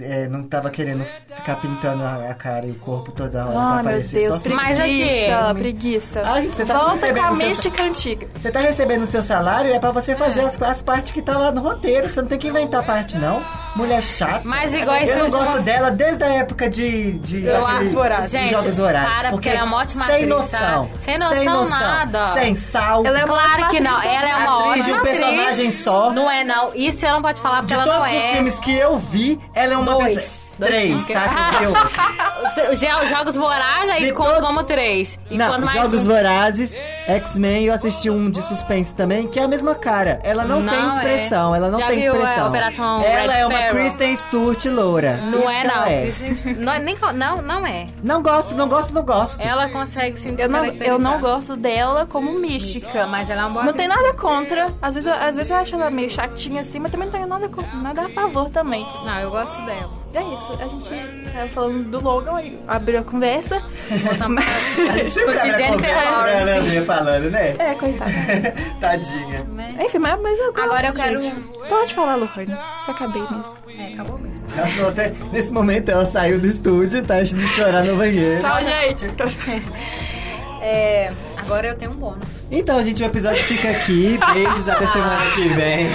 S1: é, não tava querendo ficar pintando a, a cara e o corpo toda hora pra
S2: Ah, meu
S1: aparecer só
S2: Deus,
S1: se-
S2: preguiça,
S3: Mas aqui-
S2: preguiça.
S1: Ah, gente, você tá
S2: Volta
S1: recebendo
S2: com a
S1: seu-
S2: mística antiga.
S1: Você
S2: É.
S1: tá recebendo o seu salário, é pra você fazer as, as partes que tá lá no roteiro. Você não tem que inventar parte, não. mulher chata.
S3: Mas igual esse
S1: Eu não
S3: último-
S1: gosto dela desde a época de. de
S3: Eu
S1: daquele-
S3: acho-
S2: Vorazes.
S1: de
S3: Gente,
S1: Jogos Vorazes.
S3: para, porque ela é uma ótima
S1: sem
S3: atriz,
S1: noção,
S3: tá? Sem noção nada.
S1: Sem sal.
S2: Ela é uma
S3: Claro
S2: ótima
S3: que não,
S2: atriz.
S3: ela é uma
S1: atriz de um
S3: ótima atriz.
S1: personagem só.
S3: Não é, não. Isso você não pode falar porque
S1: de
S3: ela
S1: todos
S3: não
S1: os
S3: é.
S1: filmes que eu vi, ela é uma
S3: Dois.
S1: pessoa.
S3: Dois
S1: Três,
S3: filmes que-
S1: tá? Que
S3: (laughs)
S1: eu.
S3: Jo- Jogos Vorazes
S1: De
S3: aí conta
S1: todos-
S3: como três. E
S1: Não,
S3: quando mais
S1: Jogos
S3: um-
S1: Vorazes, X-Men, eu assisti um de suspense também, que é a mesma cara. Ela não,
S3: Não
S1: tem
S3: é.
S1: expressão, ela não
S3: Já
S1: tem
S3: viu, é,
S1: expressão.
S3: Operação
S1: ela
S3: Red
S1: é uma
S3: Sparrow?
S1: Kristen Stewart loura. Isso
S3: Não é,
S1: que ela
S3: não. Não, é nem, co- não. Não é.
S1: Não gosto, não gosto, não gosto.
S3: Ela consegue se
S2: Eu não,
S1: tá
S3: descaracterizar.
S2: eu não gosto dela como mística, mas
S3: Mas ela é uma boa
S2: não tem
S3: atriz.
S2: nada contra. Às vezes, eu- às vezes eu acho ela meio chatinha assim, mas também não tenho nada, co- nada a favor também.
S3: Não, eu gosto dela.
S2: É isso, a gente tava falando do Logan, aí abriu a conversa.
S3: Voltamos pra-
S1: (laughs) Sempre abre a
S3: Jennifer
S1: conversa pra
S3: Lawrence.
S1: ela ver falando, né? (laughs)
S2: (laughs) É, coitada.
S1: Tadinha.
S2: Enfim, mas, mas eu gosto,
S3: É. Agora eu quero- um.
S2: gente. Pode falar, Lohane. Eu acabei mesmo.
S3: É, acabou mesmo.
S1: Ela falou até- nesse momento ela saiu do estúdio, tá indo chorar no banheiro.
S2: Tchau, gente. (laughs)
S3: É, agora eu tenho um bônus.
S1: Então, gente, o episódio fica aqui. Beijos, até semana que vem.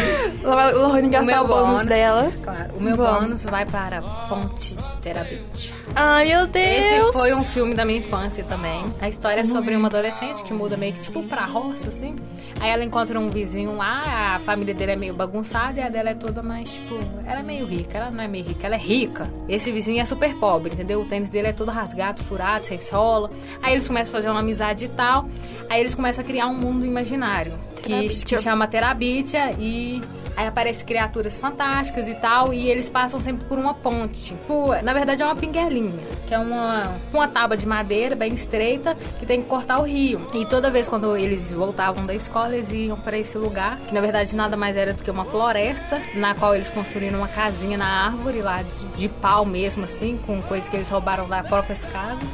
S2: Lohane
S3: é o meu
S2: gastou o bônus dela.
S3: Claro, o meu
S2: Vamos.
S3: bônus vai para Ponte de Terabit.
S2: Ai, meu
S3: Esse
S2: Deus.
S3: foi um filme da minha infância também. A história é sobre uma adolescente que muda meio que tipo pra roça, assim. Aí ela encontra um vizinho lá, a família dele é meio bagunçada e a dela é toda mais, tipo, ela é meio rica. Ela não é meio rica, ela é rica. Esse vizinho é super pobre, entendeu? O tênis dele é todo rasgado, furado, sem sola. Aí eles começam a fazer uma amizade e tal. Aí eles começam a criar um mundo imaginário. Que,
S2: Terabitia.
S3: que chama Terabitia e aí aparecem criaturas fantásticas e tal, e eles passam sempre por uma ponte. Tipo, na verdade é uma pinguelinha, que é uma, uma tábua de madeira bem estreita que tem que cortar o rio. E toda vez quando eles voltavam da escola, eles iam pra esse lugar, que na verdade nada mais era do que uma floresta, na qual eles construíram uma casinha na árvore lá de, de pau mesmo, assim, com coisas que eles roubaram das próprias casas.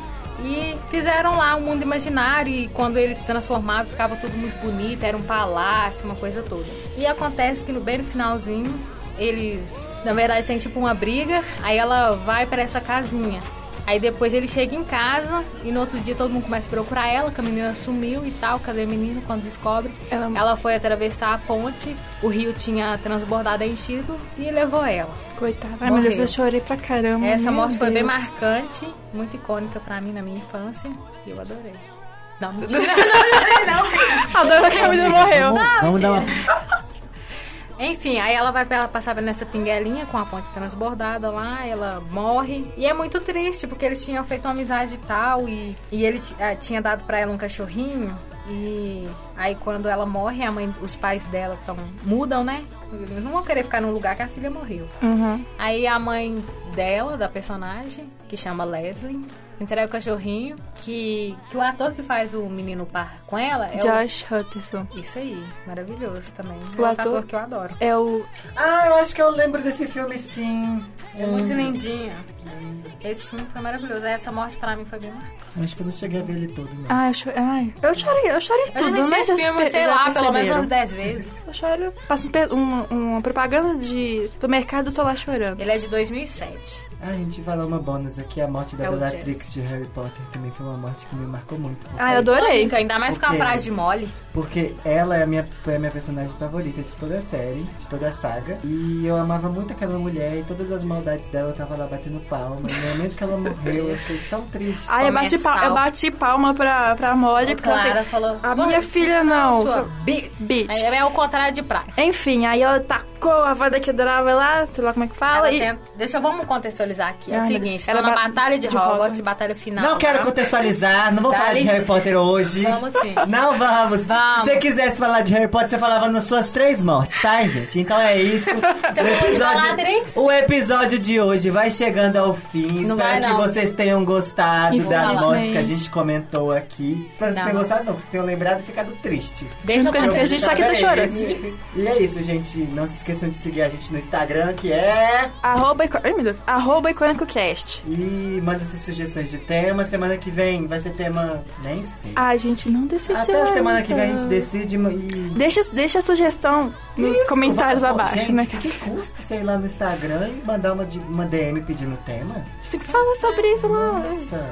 S3: E fizeram lá um mundo imaginário e quando ele transformava ficava tudo muito bonito, era um palácio, uma coisa toda. E acontece que no bem no finalzinho, eles, na verdade, tem tipo uma briga, aí ela vai pra essa casinha. Aí depois ele chega em casa e no outro dia todo mundo começa a procurar ela, que a menina sumiu e tal, cadê a menina? Quando descobre,
S2: Ela- é
S3: ela foi atravessar a ponte, o rio tinha transbordado, enchido e levou ela.
S2: Coitada. Ai, meu
S3: Morreu.
S2: Deus, eu chorei pra caramba.
S3: Essa
S2: Meu
S3: morte foi bem
S2: Deus.
S3: marcante, muito icônica pra mim na minha infância. E eu adorei.
S2: (laughs)
S3: Não, mentira.
S2: A dona Camila morreu.
S1: Vamos, vamos dar uma
S3: Enfim, aí ela vai pra ela passar nessa pinguelinha com a ponte transbordada lá, ela morre. E é muito triste, porque eles tinham feito uma amizade e tal, e, e ele ti- ah, tinha dado pra ela um cachorrinho. E aí quando ela morre, a mãe, os pais dela tão, mudam, né? Não vão querer ficar num lugar que a filha morreu.
S2: Uhum.
S3: Aí a mãe dela, da personagem, que chama Leslie, entrega o cachorrinho, que, que o ator que faz o menino par com ela é
S2: Josh Hutcherson.
S3: o... Isso aí, maravilhoso também.
S2: O
S3: É um
S2: ator-
S3: que eu adoro.
S2: É o.
S1: Ah, eu acho que eu lembro desse filme sim.
S3: É muito
S2: Hum.
S3: lindinha. Esse filme foi maravilhoso. Essa morte pra mim foi bem marcante.
S1: Acho que eu não cheguei a ver ele todo, não.
S2: Ai, eu chorei. Ai, eu chorei, eu chorei
S3: Eu
S2: tudo.
S3: assisti
S2: né?
S3: esse
S2: Vocês
S3: filme,
S2: per-
S3: sei
S2: já
S3: lá, pelo menos
S2: perceberam.
S3: umas 10 vezes.
S2: Eu choro. Passa um pe- um- uma propaganda de, do mercado, eu tô lá chorando.
S3: Ele é de 2007.
S1: Ah, a gente vai lá uma bônus aqui. A morte da
S3: É o
S1: Bellatrix
S3: Jess.
S1: de Harry Potter também foi uma morte que me marcou muito.
S2: Ah, eu adorei.
S3: Fica, ainda mais com a
S1: Ok.
S3: frase de Molly.
S1: Porque ela é a minha, foi a minha personagem favorita de toda a série, de toda a saga. E eu amava muito aquela mulher e todas as maldades dela eu tava lá batendo palma. E no momento que ela morreu, eu fiquei tão triste.
S2: Ai, eu bati,
S3: Começar
S2: pal- eu
S3: o-
S2: bati palma pra, pra Molly,
S3: A
S2: porque ela
S3: Clara
S2: assim,
S3: falou,
S2: A
S3: "Você
S2: minha filha não.
S3: sua
S2: sua bi- bitch.
S3: Aí é o contrário de praia.
S2: Enfim, aí ela tacou a vada quebrava lá, sei lá como é que fala.
S3: Ela
S2: e...
S3: tenta- Deixa eu vamos contextualizar aqui. É
S2: Ai,
S3: o
S2: meu
S3: seguinte,
S2: Deus.
S3: ela na
S2: Ela ba-
S3: batalha
S2: de
S3: de, Hogwarts,
S2: Hogwarts.
S3: batalha final.
S1: Não, quero
S3: tá?
S1: contextualizar, não vou
S3: Dá
S1: falar de
S3: licença.
S1: Harry Potter hoje.
S3: Vamos sim.
S1: Não vamos.
S3: Vamos.
S1: Se você quisesse falar de Harry Potter, você falava nas suas três mortes, tá, gente? Então é
S2: (laughs)
S1: isso. o,
S3: pode falar três?
S1: o episódio de hoje vai chegando ao fim.
S3: Não vai,
S1: Espero que
S3: não.
S1: vocês tenham gostado das
S2: Infelizmente.
S1: mortes que a gente comentou aqui. Espero que vocês
S3: Não.
S1: tenham gostado, não, que vocês tenham lembrado e ficado triste.
S3: Deixa eu
S2: Porque
S3: contar.
S2: a gente tá aqui tá
S1: Então é
S2: chorando.
S1: isso. E é isso, gente. Não se esqueçam de seguir a gente no Instagram, que é.
S2: Arroba, ico- Ai, meu Deus. Arroba IcônicoCast.
S1: E manda suas sugestões de tema. Semana que vem vai ser tema. Nem sei.
S2: Ai, gente, não decidiu.
S1: Até a semana que vem a
S2: ainda.
S1: gente decide e.
S2: Deixa, deixa a sugestão nos
S1: Isso,
S2: comentários
S1: vamos-
S2: abaixo,
S1: gente,
S2: né?
S1: O que, que custa você ir lá no Instagram e mandar uma, di- uma DM pedindo tema?
S2: Sempre fala sobre isso lá.
S1: Nossa.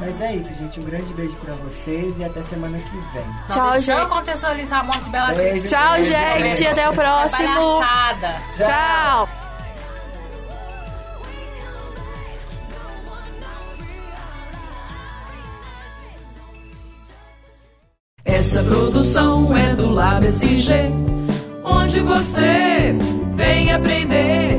S1: Mas é isso, gente. Um grande beijo pra vocês e até semana que vem.
S3: Não,
S2: Tchau,
S3: deixa eu
S2: gente.
S3: contextualizar a morte de Bellatrix. É
S1: Beijo,
S2: Tchau,
S1: beijo,
S2: gente.
S1: beijo.
S2: Até o próximo.
S3: Palhaçada.
S1: Tchau.
S2: Tchau.
S5: Essa produção é do LabSG, onde você vem aprender.